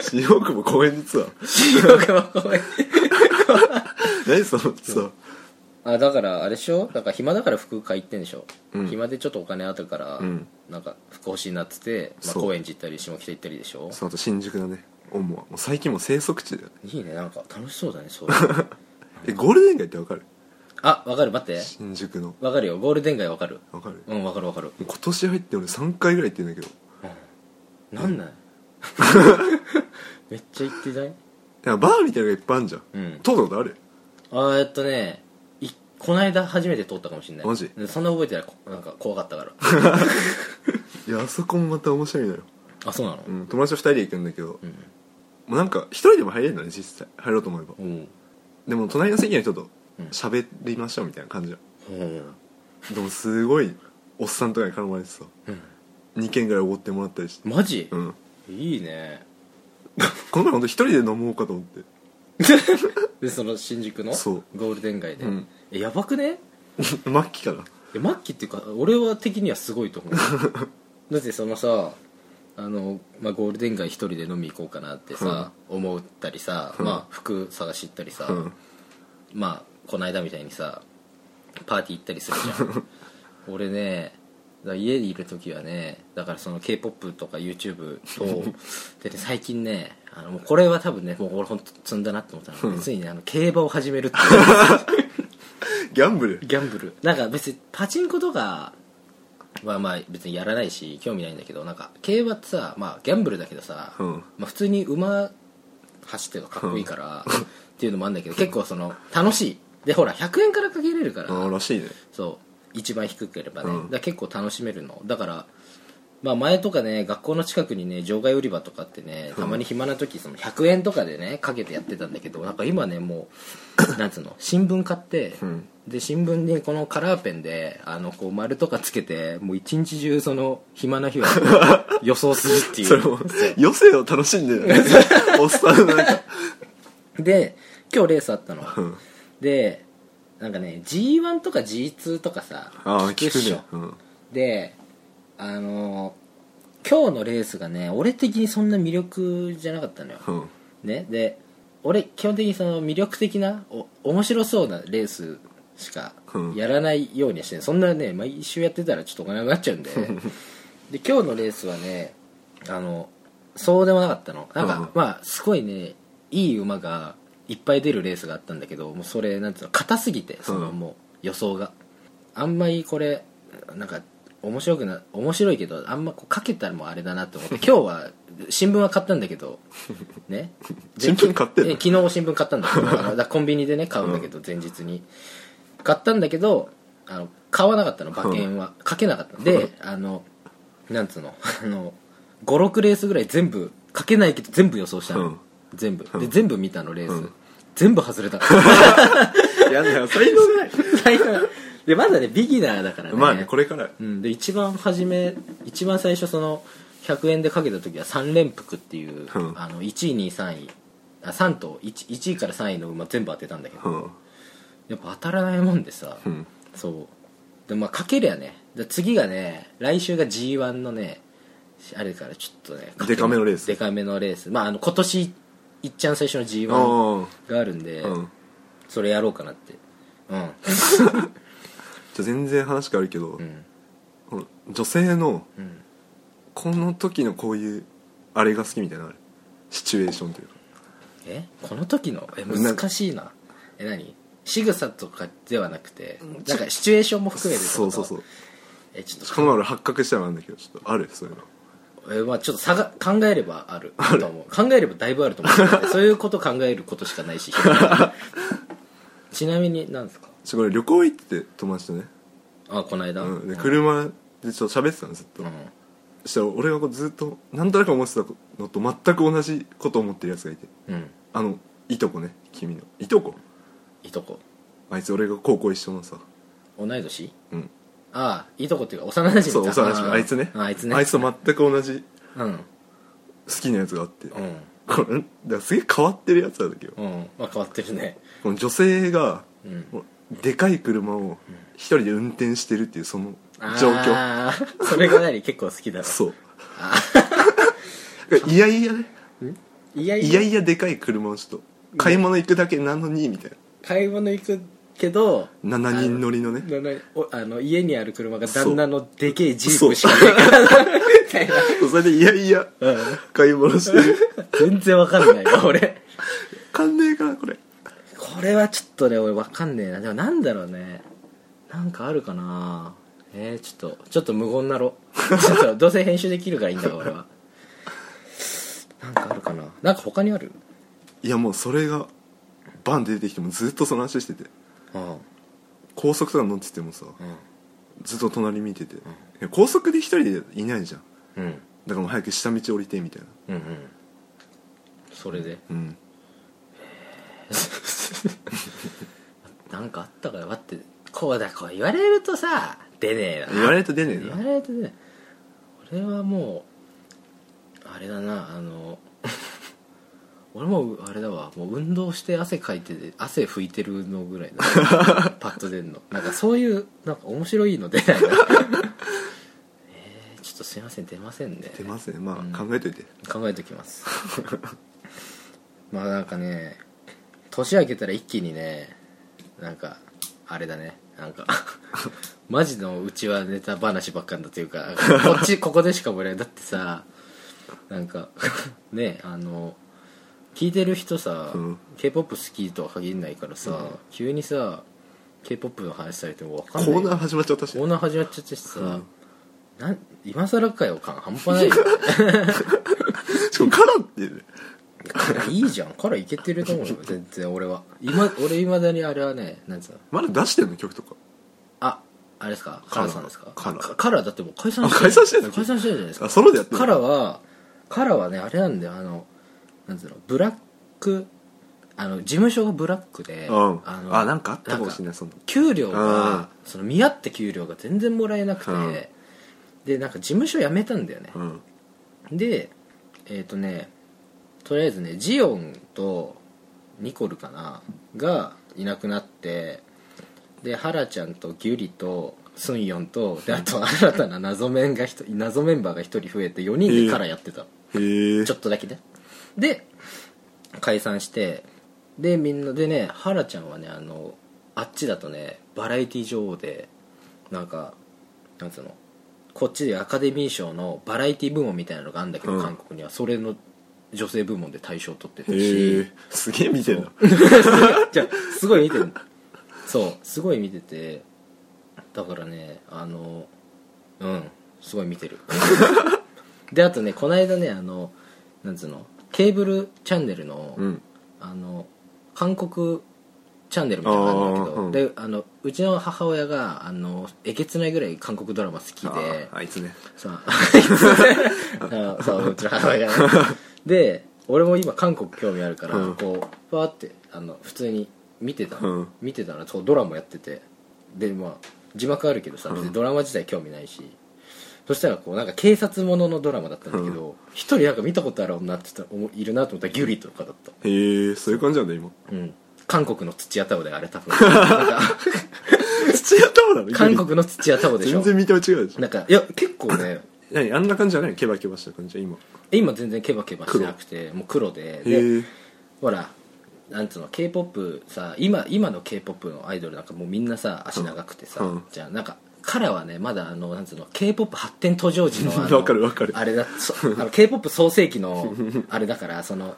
B: 新大久保高円寺ツアー
A: ー新大久保高円寺
B: 何そのツアー
A: あだからあれでしょだから暇だから服買いってんでしょ、
B: うん
A: 暇でちょっとお金あったから、
B: うん
A: なんか服欲しいなっつって、まあ、
B: そう
A: 高円寺行ったり下北行ったりでしょ
B: その後新宿だねオモはもう最近もう生息地だよね
A: いいねなんか楽しそうだねそういうの
B: えゴールデン街ってわかる
A: あわかる待って
B: 新宿の
A: わかるよゴールデン街わかる
B: わかる
A: うんわかるわかる
B: 今年入って俺3回ぐらい行ってんだけど
A: なんないめっちゃ行ってない
B: なんかバーみたいなのがいっぱいあるじゃん、
A: うん
B: 通ったことある
A: あーえっとねいこの間初めて通ったかもしれない
B: マジ
A: でそんな覚えてないこなんか怖かったから
B: いやあそこもまた面白いのよ、
A: あそうなの
B: うん、友達と2人で行くんだけど、
A: ん
B: もうなんか一人でも入れるのね実際入ろうと思えば
A: うん
B: でも隣の席の人と
A: うん
B: 喋りましょうみたいな感じじゃ
A: うん
B: んでもすごいおっさんとかに絡まれてさ
A: うん
B: 2軒ぐらいおごってもらったりして
A: マジ
B: う、ん
A: いいね
B: この前ほんと一人で飲もうかと思って
A: でその新宿の
B: そう
A: ゴールデン街で、
B: うん
A: えやばくね
B: 末期かない
A: や末期っていうか俺は的にはすごいと 思うだってそのさあの、まあ、ゴールデン街一人で飲み行こうかなってさ、思ったりさ、
B: うん
A: まあ、服探し行ったりさ、
B: うん
A: まあこの間みたいにさパーティー行ったりするじゃん俺ねだから家にいる時はねだからその k p o p とか YouTube とで、ね、最近ねあのもうこれは多分ねもう俺本当積んだなって思ったのが別にねあの競馬を始めるっていう
B: ギャンブル
A: ギャンブルなんか別にパチンコとかはまあ別にやらないし興味ないんだけどなんか競馬ってさまあギャンブルだけどさ、
B: うん
A: まあ、普通に馬走ってるのかっこいいから、っていうのもあるんだけど結構その楽しいでほら100円からかけれるから、
B: あーらしいね
A: そう一番低ければね、
B: うん
A: だから結構楽しめるのだからまあ前とかね学校の近くにね場外売り場とかってねたまに暇な時その100円とかでねかけてやってたんだけどなんか今ねも うなんつうの新聞買って、
B: うん
A: で新聞にこのカラーペンであのこう丸とかつけてもう一日中その暇な日は予想するっていう
B: それも余生を楽しん でるねおっさんなんか
A: で今日レースあったの
B: うん
A: でなんかね G1 とか G2 とかさ
B: ああ
A: 聞
B: 聞
A: くっしょ
B: くねうん
A: であの今日のレースがね俺的にそんな魅力じゃなかったのよ、
B: うん
A: ね、で俺基本的にその魅力的なお面白そうなレースしか
B: うん
A: やらないようにはしてないそんなね毎週やってたらちょっとお金なくなっちゃうん でで今日のレースはねあのそうでもなかったのなんか、
B: うん
A: まあすごいねいい馬がいっぱい出るレースがあったんだけどもうそれなんつうの硬すぎてその
B: うん
A: もう予想が、あんまりこれなんか面白くな面白いけどあんまこうかけたらもうあれだなと思って 今日は新聞は買ったんだけどねで
B: 新聞買ってんの
A: え昨日新聞買ったんだけどあのだからコンビニでね買うんだけど前日に買ったんだけどあの買わなかったの馬券はかけなかったのであのなんつうの あの56レースぐらい全部かけないけど全部予想したの、
B: うん
A: 全部
B: う
A: で
B: ん
A: 全部見たのレース、
B: うん
A: 全部外れ た
B: いやだよ才能ない
A: 最後でまだねビギナーだからね,、
B: まあねこれから
A: うん、で一番初め一番最初その100円でかけた時は3連複っていう、
B: うん
A: あの1位2位3位あ3頭 1, 1位から3位の馬全部当てたんだけ
B: う
A: ど
B: ん
A: やっぱ当たらないもんでさ、
B: うん
A: そうでまあかけりゃねで次がね来週が g 1のねあれからちょっとね
B: デカめのレース
A: デカめのレースまああの今年いっちゃん最初の g
B: あ
A: 1
B: あ
A: があるんで、
B: うん
A: それやろうかなってうん
B: じゃあ全然話変わるけど
A: う、ん
B: この女性の
A: うん
B: この時のこういうあれが好きみたいなのあるシチュエーションというか
A: えこの時のえ難しいなえ何仕草とかではなくてなんかシチュエーションも含めてってこと
B: そうそうそう
A: えちょっ
B: この前俺発覚したのがあるんだけどちょっとあるそういうの
A: とえまあちょっとさが考えればあると思う考えればだいぶあると思うけどそういうこと考えることしか ないしちなみに何ですか
B: ちょこれ旅行行ってて友達とね、
A: あこの間
B: うん、で
A: うん
B: 車でちょっと喋ってたのずっと、
A: うん
B: そしたら俺がこうずっとなんとなく思ってたのと全く同じこと思ってるやつがいて
A: うん
B: あのいとこね君のいとこ
A: いとこ
B: あいつ俺が高校一緒のさ
A: 同い年
B: うん
A: ああいとこっていうか幼馴染
B: そう幼馴染
A: あ
B: あいつね
A: ああいつね
B: あいつと全く同じ
A: うん
B: 好きなやつがあって、
A: うん
B: これだからすげえ変わってるやつなんだけど、
A: うんまあ変わってるね
B: この女性が
A: うん
B: もうでかい車を一人で運転してるっていうその状況
A: あー それが何結構好きだろ
B: そうだ からいやいやね
A: いやい
B: い
A: や
B: やいやでかい車をちょっと買い物行くだけなのにみたい
A: 買い物行くけど
B: な7人乗りのね
A: あのななおあの家にある車が旦那のでけえジープしかないから みたいな、
B: そうそれでいやいや
A: うん、
B: 買い物してる
A: 全然わかんないわ俺
B: 勘弁かなこれ
A: これはちょっとね俺わかんねえなでもなんだろうねなんかあるかなえー、ちょっとちょっと無言なろちょっとどう せ編集できるからいいんだから俺はなんかあるかななんか他にある
B: いやもうそれがバンって出てきてもずっとその話してて
A: うんうん
B: 高速とか乗っててもさずっと隣見てて、いや高速で一人でいないじゃん
A: うん
B: だからもう早く下道降りてみたいな
A: うんうんそれで
B: うん
A: なんかあったから待ってこうだこう言われるとさ出ねえな
B: 言われると出ねえ
A: 言わ
B: な
A: れてね俺はもうあれだなあの 俺もうあれだわもう運動して汗かいてて汗拭いてるのぐらい だパッと出んのなんかそういうなんか面白いの出ないなえーちょっとすいません出ませんね
B: 出ますねま
A: うん
B: あ考えといて、
A: 考えときます まあなんかね年明けたら一気にねなんかあれだねなんか マジのうちはネタ話ばっかんだというかこっちここでしかもらえないだってさなんかねあの聞いてる人さ、
B: うん
A: k p o p 好きとは限らないからさ、急にさ k p o p の話されても分かんない
B: コーナー始まっちゃったし
A: コーナー始まっちゃってさ、
B: うん
A: なん今更かよ感半端ないよね
B: しかも「から」っていうね
A: いいじゃんからいけてると思 うよ全然俺は今俺いまだにあれはねなんつうの
B: まだ出してんの曲とか
A: ああれですかカ
B: カラ
A: ラ
B: ー
A: さんですか
B: カラー
A: かカラーだってもう解散
B: あ解散してんの
A: 解散してるじゃないです
B: あ
A: か
B: ソロでやってんの
A: カラーはカラーはねあれなんだよあのなんつうのブラックあの事務所がブラックで、
B: うん
A: の
B: あなんかあったかもしれないその
A: 給料
B: うん
A: がその見合って給料が全然もらえなくて、
B: うん
A: でなんか事務所辞めたんだよね、
B: うん
A: でえっ、とねとりあえずねジオンとニコルかながいなくなってでハラちゃんとギュリとスンヨンとであと新たな謎メンが一人謎メンバーが1人増えて4人でカラーやってた、
B: へえ
A: ちょっとだけねで解散してでみんなでねハラちゃんはねあのあっちだとねバラエティ女王でなんかなんつうのこっちでアカデミー賞のバラエティ部門みたいなのがあるんだけど、
B: うん
A: 韓国にはそれの女性部門で大賞取ってた
B: へ
A: し
B: えすげえ見てんな
A: じゃあすごい見てるそうすごい見ててだからねあのうんすごい見てる であとねこの間ねあのなんつうのケーブルチャンネルの、
B: うん
A: あの韓国チャンネルみたいなのがあるんだけど
B: あーうん
A: であのうちの母親があのえげつないぐらい韓国ドラマ好きで
B: ああいつね
A: さあそううちの母親がねで俺も今韓国興味あるから、
B: うん
A: こうパーってあの普通に見てた、
B: うん
A: 見てたらそうドラマやっててでまあ字幕あるけどさ、別にドラマ自体興味ないしそしたらこうなんか警察もののドラマだったんだけど一、人なんか見たことある女って言ったらおもいるなと思ったらギュリとかだった
B: へえそういう感じなん だ今
A: うん韓国の土屋太鳳であれ多 分なんか
B: 土屋太鳳な の
A: 韓国の土屋太鳳でし
B: 全
A: ょ
B: 然見た目違うでしょ
A: なんかいや結構ね
B: 何あんな感じじゃないケバケバした感じは今
A: 今全然ケバケバしてなくてもう黒でで
B: へえ
A: ほらなんつうの k p o p さ今今の k p o p のアイドルなんかもうみんなさ足長くてさ、
B: うん
A: じゃあなんか彼はねまだあのなんつうの k p o p 発展途上時 のあの
B: わかるわかる
A: あれだそあの k p o p 創世期のあれだからその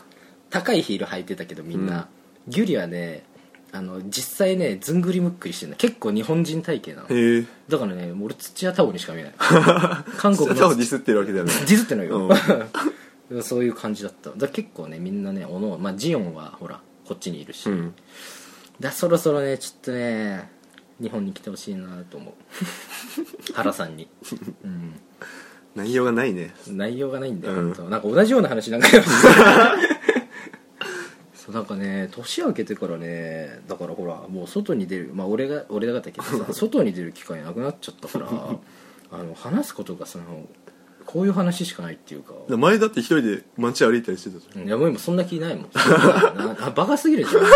A: 高いヒール履いてたけどみんな、ギュリはねあの実際ねずんぐりむっくりしてるの結構日本人体型なの
B: へえ
A: だからねもう俺土屋太鳳にしか見え ない韓
B: 土
A: 国
B: 屋
A: の
B: 太鳳ディスってるわけではない
A: ディズってのよ、
B: う
A: そういう感じだっただから結構ねみんなねおのおのまあジオンはほらこっちにいるし、
B: うん
A: だそろそろねちょっとね日本に来てほしいなと思う 原さんに、うん、
B: 内容がないね
A: 内容がないんだよ、
B: うん
A: ほんとなんか同じような話なん かやってたそうなんかね年明けてからねだからほらもう外に出るまあ俺が俺がだったけ どさ外に出る機会なくなっちゃったからあの話すことがそのこういう話しかないっていうか
B: 前だって一人で街歩いたりしてたじゃん
A: うんいやもう今そんな気ないもんな バカすぎるじゃんい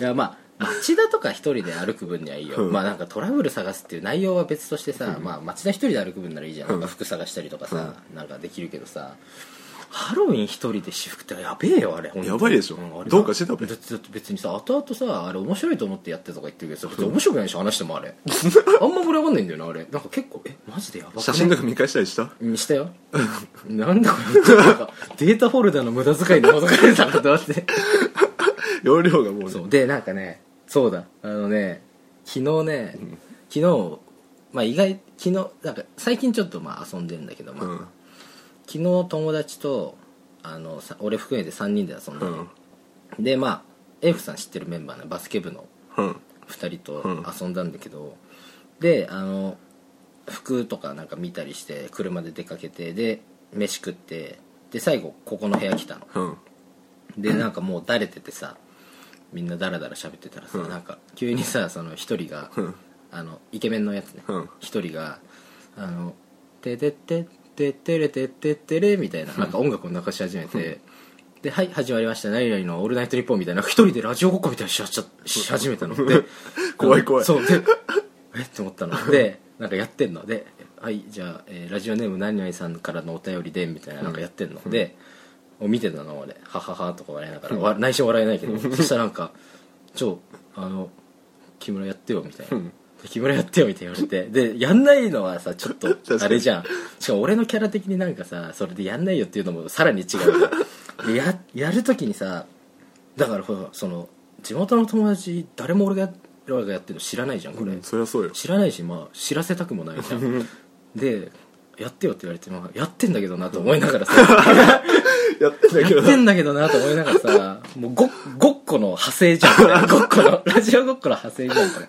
A: やまあ町田とか一人で歩く分にはいいよ、
B: うん
A: まあなんかトラブル探すっていう内容は別としてさ、まあ町田一人で歩く分ならいいじゃん,、なんか服探したりとかさ、なんかできるけどさハロウィン一人で私服ってやべえよあれ本当に
B: やばいでしょ
A: んあれ
B: どうかしてたべ
A: だってだって別にさ後々さあれ面白いと思ってやってとか言ってるけどさ別に面白くないでしょ話してもあ れあんま盛り上がんないんだよなあれなんか結構えマジでやばくね
B: 写真とか見返した りした
A: にしたよなんだこれなんかデータフォルダの無駄遣いに覗かれたんだと思って
B: 容量がもう
A: そ
B: ね
A: うでなんかねそうだあのね昨日ね昨日まあ意外昨日なんか最近ちょっとまあ遊んでるんだけど、まあ
B: うん
A: 昨日友達とあのさ俺含めて3人で遊んで
B: う
A: ね、
B: ん
A: でまあ F さん知ってるメンバーのバスケ部の
B: うん
A: 2人と遊んだんだけど、であの服とかなんか見たりして車で出かけてで飯食ってで最後ここの部屋来たの
B: うん
A: でなんかもうだれててさみんなダラダラ喋ってたらさ、なんか急にさその一人が、
B: うん
A: あのイケメンのやつね
B: うん
A: 一、人が「あのてててててれてててれ」みたいななんか音楽を流し始めて「ではい始まりました何々のオールナイトニッポン」みたいな一人でラジオごっこみたいにしちゃし始めた ので
B: 怖い怖い
A: そうでえっと思ったのでなんかやってんので「はいじゃあ、えーラジオネーム何々さんからのお便りで」みたいななんかやってんの、でを見てたの俺はははとか笑いながら、わ内心笑えないけどそしたらなんか「ちょあの木村やってよ」みたいな。
B: うん
A: 木村やってよみたいな言われてでやんないのはさちょっ と
B: かに
A: あれじゃんしかも俺のキャラ的になんかさそれでやんないよっていうのもさらに違うでややるときにさだからほらその地元の友達誰も俺が俺がやってるの知らないじゃんこれ、
B: うんそりゃそうよ
A: 知らないし、まあ、知らせたくもないじゃんでやってよって言われて、まあ、やってんだけどなと思いながらさ
B: やってん だ
A: や
B: けど
A: ってんだけどなと思いながらさもうごごっこの派生じゃん これごっこのラジオごっこの派生じゃんこれ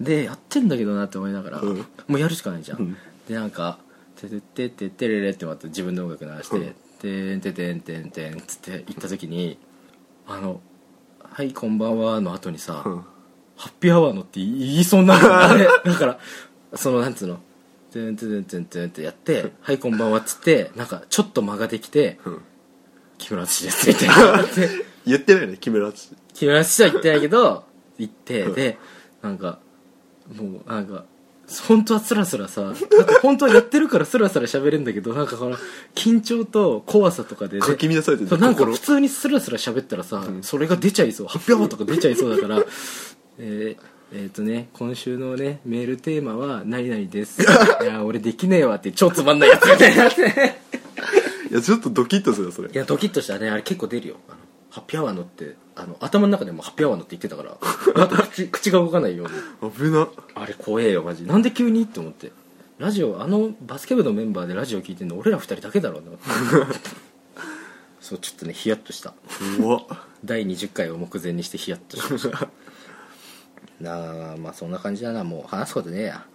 A: でやってんだけどなって思いながら、
B: うん
A: もうやるしかないじゃん、
B: ん
A: でなんか「てててててれれ」ってまた自分の音楽鳴らして「てんててんてんてん」っつって行った時にあの「はいこんばんは」の後にさ、
B: うん
A: ハッピーアワーのって言いそうになるんだねだからそのなんつうの「てんてんてんてん」ってやって「はいこんばんは」っつってなんかちょっと間ができて
B: うん
A: 「木村淳です」みたいなで
B: 言ってないね木村敦
A: 木村淳は言ってないけど言ってでなんかもうなんか本当はスラスラさだって本当はやってるからスラスラ喋れるんだけどなんかこの緊張と怖さとかでで
B: かき乱されてる
A: そうなんか
B: 心
A: 普通にスラスラ喋ったらさ、それが出ちゃいそう発表とか出ちゃいそうだから えーえーとね今週のねメールテーマは「何々 です」「いや俺できねえわ」って超つまんないやつみたいになって
B: いやちょっとドキッとするよそれ
A: いやドキッとしたねあれ結構出るよあのハッピーアワーのってあの頭の中でもハッピーアワーのって言ってた からあと口口が動かないように
B: 危な
A: あれ怖えよマジなんで急にって思ってラジオあのバスケ部のメンバーでラジオ聞いてんの俺ら二人だけだろうな そうちょっとねヒヤッとした
B: 怖っ
A: 第20回を目前にしてヒヤッとしました なあまあそんな感じだなもう話すことねえ や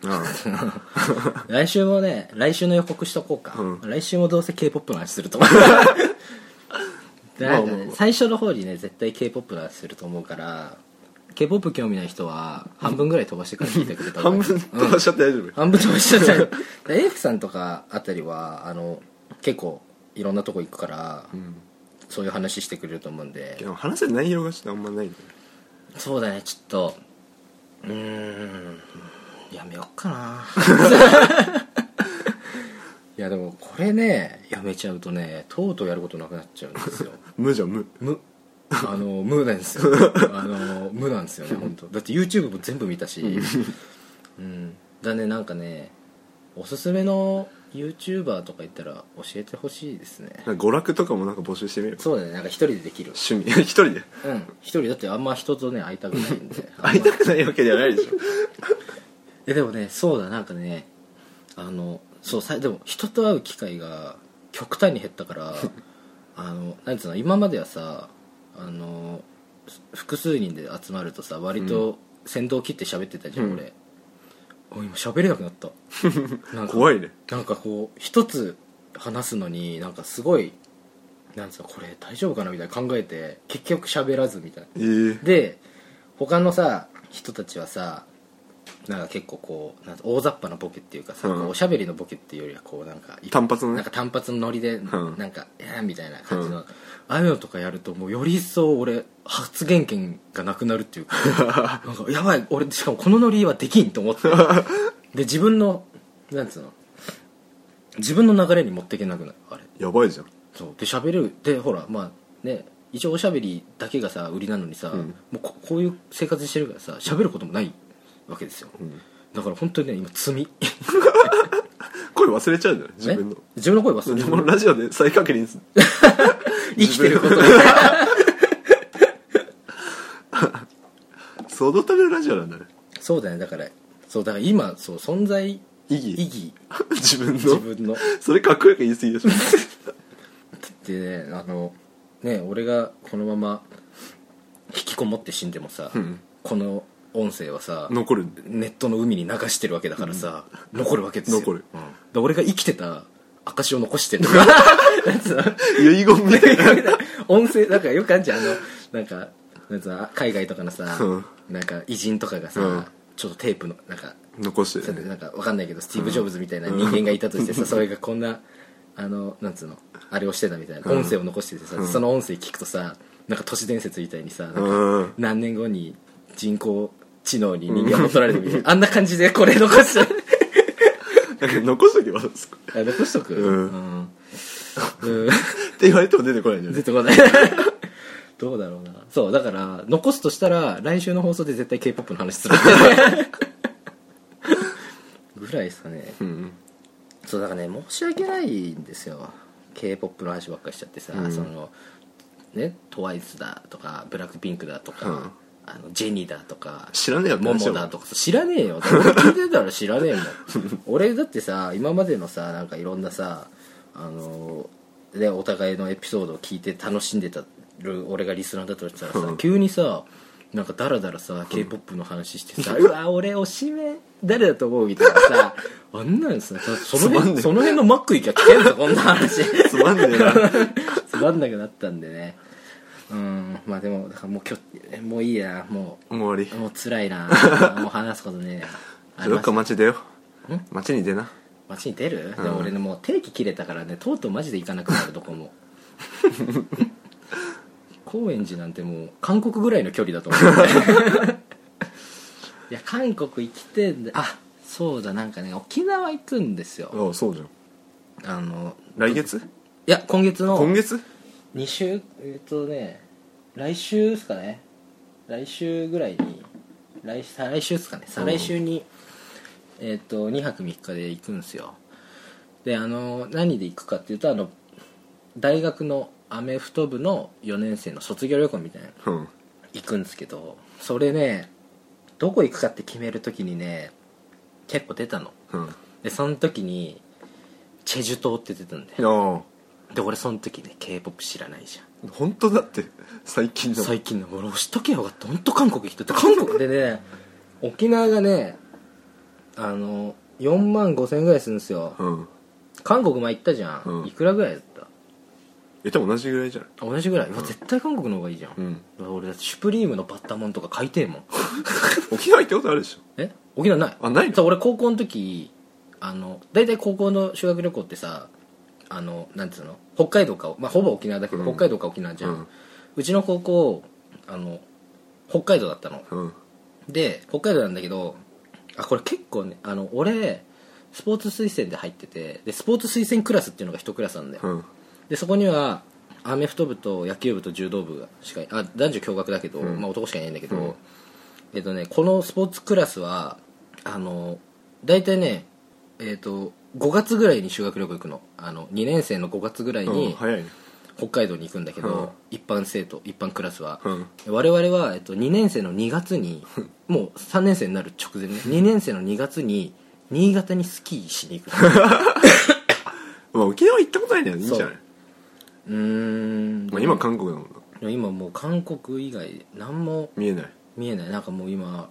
A: 来週もね来週の予告しとこうか、
B: う
A: 来週もどうせ k p o p の話する と思うなんかね
B: まあまあまあ
A: 最初の方にね絶対 k p o p の話すると思うから k p o p 興味ない人は半分ぐらい飛ばしてから聞いてくれた方が い
B: 半
A: い
B: 分飛ばしちゃって大丈夫、
A: 半分飛ばしちゃったでエイフさんとかあたりはあの結構いろんなとこ行くから、
B: ん
A: そういう話してくれると思うんで
B: でも話せる内容がちょっとあんまないんだよ
A: そうだねちょっとうーんやめよっかな いやでもこれねやめちゃうとねとうとうやることなくなっちゃうんです よ
B: 無じゃん無
A: 無あの無なんですよあの無なんですよね本当だって YouTube も全部見たしうんだねなんかねおすすめの YouTuber とか言ったら教えてほしいですね
B: なんか娯楽とかもなんか募集してみる
A: そうだねなんか一人でできる
B: 趣味一人で
A: うん一人だってあんま人とね会いたくないん で
B: 会いたくないわけじゃないでしょ
A: えでもねそうだなんかねあのそうさでも人と会う機会が極端に減ったからあのなんつうの今まではさあのす複数人で集まるとさ割と先導を切って喋ってたじゃん、俺お今喋れなくなったなんか
B: 怖いね
A: なんかこう一つ話すのになんかすごいなんつうのこれ大丈夫かなみたいな考えて結局喋らずみたいな
B: えー、
A: で他のさ人たちはさなんか結構こうなんか大雑把なボケっていうかさ、
B: うん
A: こうおしゃべりのボケっていうよりはこうなんか一
B: 単発の
A: なん
B: ね
A: か単発のノリで、
B: ん
A: なんか「えーみたいな感じの、ああいうのとかやるともうより一層俺発言権がなくなるって いうかなんかやばい俺しかもこのノリはできんと思ってで自分のなんつうの自分の流れに持っていけなくなるあれ
B: やばいじゃん
A: そうで喋るでほらまあね一応おしゃべりだけがさ売りなのにさ、もうここういう生活してるからさ喋ることもないわけですよ、だから本当にね今罪ね
B: 声忘れちゃうんじゃない 自分の
A: 自分の声忘れ
B: で
A: て
B: もラジオで再確 認する
A: 生きてる こと
B: そのためのラジオなんだね
A: そうだねだからそうだから今そう存在
B: 意義
A: 意義
B: 自分
A: 自
B: の
A: 分の
B: それかっこよく言い過ぎでしょ
A: でねあのね俺がこのまま引きこもって死んでもさ、
B: うん
A: この音声はさ
B: 残るんだ
A: ネットの海に流してるわけだからさ、残るわけですよ
B: 残る
A: うんだから俺が生きてた証を残してるのがなんつうの
B: 遺言みたいな
A: 音声なんかよくあるじゃんあのなんかなんつうの海外とかのさ、
B: うん
A: なんか偉人とかがさ、
B: うん
A: ちょっとテープのなんか
B: 残してるね
A: なんかわかんないけどスティーブ・ジョブズみたいな人間がいたとして さ、それがこんなあのなんつうのあれをしてたみたいな、音声を残しててさ、その音声聞くとさなんか都市伝説みたいにさなんか
B: うん
A: 何年後に人工知能に人間を取られてみたいなあんな感じでこれ残し
B: なんか残しとけばって
A: とあ残しとく
B: うん
A: うん、うん、
B: 言われても出てこないんじゃな
A: 出
B: い
A: てこない どうだろうなそうだから残すとしたら来週の放送で絶対 k p o p の話 するぐらいですかね
B: うん
A: そうだからね申し訳ないんですよ k p o p の話ばっかりしちゃってさ、そのね TWICE だとかブラックピンクだとか、
B: うん
A: あのジェニーだとか
B: 知らねえよって
A: モ
B: 話
A: モだとか知らねえよだから俺聞いてたら知らねえもん 俺だってさ今までのさなんかいろんなさあのでお互いのエピソードを聞いて楽しんでたる俺がリスナーだとしたらさ、急にさなんかダラダラさ k p o p の話してさ「 うわ俺おしめ誰だと思う?」みたいなさ あんなんさその
B: つまんね
A: 辺
B: え
A: その辺のマック行きゃ聞けんぞこんな話
B: つまんねえな
A: つまんなくなったんでねうんまあでもだからもう今日もういいやもう
B: もう終わ
A: もう辛いなもう話すことねえな
B: りどっか街出よう街に出な
A: 街に出る、でも俺ねもう定期切れたからねとうとうマジで行かなくなるどこも高円寺なんてもう韓国ぐらいの距離だと思ういや韓国行きてんであそうだなんかね沖縄行くんですよ
B: ああそうじゃん
A: あの
B: 来月
A: いや今月の
B: 今月
A: 2週えっとね来週ですかね来週ぐらいに来再来週ですかね再来週に、えっと2泊3日で行くんですよであの何で行くかっていうとあの大学のアメフト部の4年生の卒業旅行みたいなの
B: うん
A: 行くんですけどそれねどこ行くかって決める時にね結構出たの
B: うんあ
A: でその時にチェジュ島って出たんだよ
B: あ
A: で俺その時ね k p o p 知らないじゃん
B: 本当だって最近の
A: 最近の俺押しとけよかった本当韓国行ってた韓国で ね沖縄がねあの4万5000円ぐらいするんですよ
B: うん
A: 韓国前行ったじゃん、
B: うん
A: いくらぐらいだった
B: え多分同じぐらいじゃない
A: あ同じぐらい、うわ絶対韓国の方がいいじゃん、
B: うん
A: うわ俺だってシュプリームのバッタモンとか買いてえもん
B: 沖縄行ったことあるでしょ
A: え沖縄ない
B: あないの
A: そう俺高校の時あの大体高校の修学旅行ってさあのなんていうの北海道か、まあ、ほぼ沖縄だけど、
B: うん
A: 北海道か沖縄じゃん、
B: う
A: うんちの高校あの北海道だったの
B: うん
A: で北海道なんだけどあこれ結構ねあの俺スポーツ推薦で入っててでスポーツ推薦クラスっていうのが一クラスなんだよ、
B: うん
A: でそこにはアメフト部と野球部と柔道部しかあ男女共学だけど、まあ、男しかいないんだけど、えっとね、このスポーツクラスはあの大体ね、えっと5月ぐらいに修学旅行行くのあの2年生の5月ぐらい
B: うん
A: に
B: 早いね
A: 北海道に行くんだけど、
B: うん
A: 一般生徒一般クラスは、
B: うん
A: 我々は、えっと、2年生の2月に もう3年生になる直前ね2年生の2月に新潟にスキーしに行く
B: まあ沖縄行ったことないんだよいいんじゃ
A: そ
B: ない
A: う
B: う
A: ーん
B: まあ今韓国だもんな
A: 今もう韓国以外何も
B: 見えない
A: 見えないなんかもう今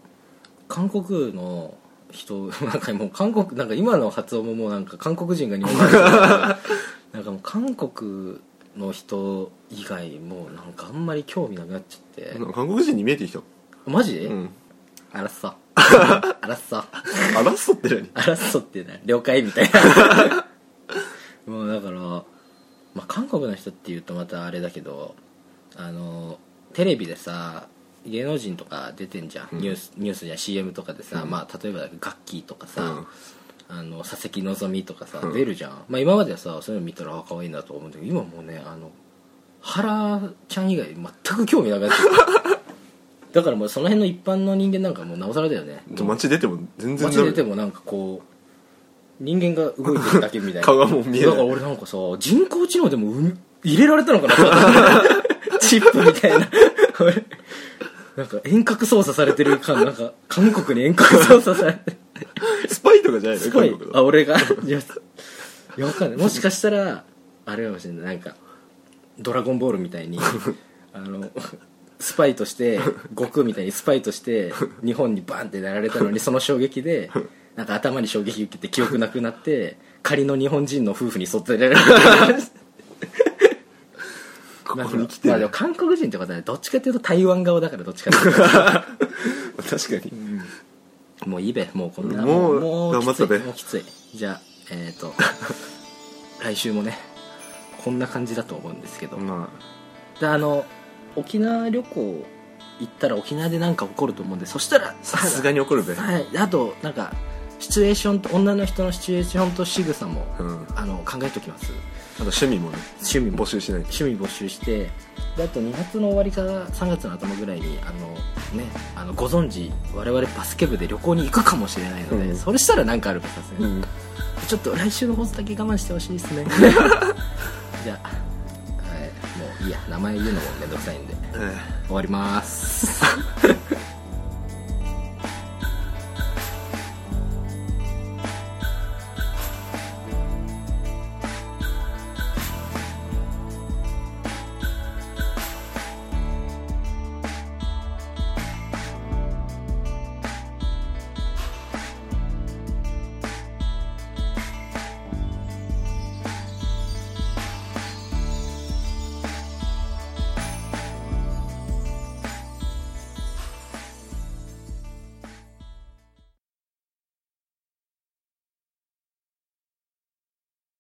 A: 韓国の人 なんかもう韓国なんか今の発音ももうなんか韓国人が日本語だ けどなんかもう韓国の人以外もうなんかあんまり興味なくなっちゃって
B: なんか韓国人に見えてきた
A: マジ、
B: うん
A: あらっ さあらっさ
B: あラストって何
A: あらっそってね了解みたい なもうだから、まあ、韓国の人っていうとまたあれだけどあのテレビでさ芸能人とか出てんじゃん、
B: うん
A: ニュースニュースじゃん CM とかでさ、まあ、例えばだけどガッキーとかさ、あの佐々木希とかさ、
B: うん
A: 出るじゃん、まあ、今まではさそういうの見たらあ可愛いなと思うんだけど今もうねあの原ちゃん以外全く興味なくなっちゃう だからもうその辺の一般の人間なんかもうなおさらだよね
B: うん街出ても全然
A: 街
B: ダメ
A: 出てもなんかこう人間が動いてるだけみたいな
B: 顔がもう見えない
A: だから俺なんかさ人工知能でもう入れられたのか なチップみたいな 俺なんか遠隔操作されてる感なんか韓国に遠隔操作されてる
B: スパイとかじゃない
A: す
B: の
A: ご
B: 韓
A: い
B: 国
A: あ
B: の
A: 俺が いやいやわかん ないもしかしたらあれかもしれないなんか「ドラゴンボール」みた いにあのスパイとして悟空みたいにスパイとして日本にバンってやられたのにその衝撃でなんか頭に衝撃受けて記憶なくなって仮の日本人の夫婦に沿ってられ る
B: こ
A: なん
B: こ
A: か
B: に来て
A: まあ
B: る
A: でも韓国人ってことはねどっちかっていうと台湾側だからどっちかっていう
B: 確かに
A: ともういいべもうこんな
B: もう
A: もきつい
B: 頑張ったべ
A: もうきついじゃあえっ、と 来週もねこんな感じだと思うんですけど、
B: ま
A: であの沖縄旅行行ったら沖縄でなんか起こると思うんでそしたら
B: あさすがに怒るべ
A: はいあとなんかシチュエーションと女の人のシチュエーションと仕草も、
B: うん
A: あの考えておきます
B: あと趣味もね
A: 趣味
B: 募
A: も
B: 集しないと
A: 趣味募集してであと2月の終わりから3月の頭ぐらいにあの、ね、あのご存知我々バスケ部で旅行に行くかもしれないので、
B: うん
A: それしたらなんかあるかさすがに、
B: うん
A: ちょっと来週の放送だけ我慢してほしいです ねじゃあ、はい、もういいや名前言うのもめんどくさいんで
B: ええ
A: 終わります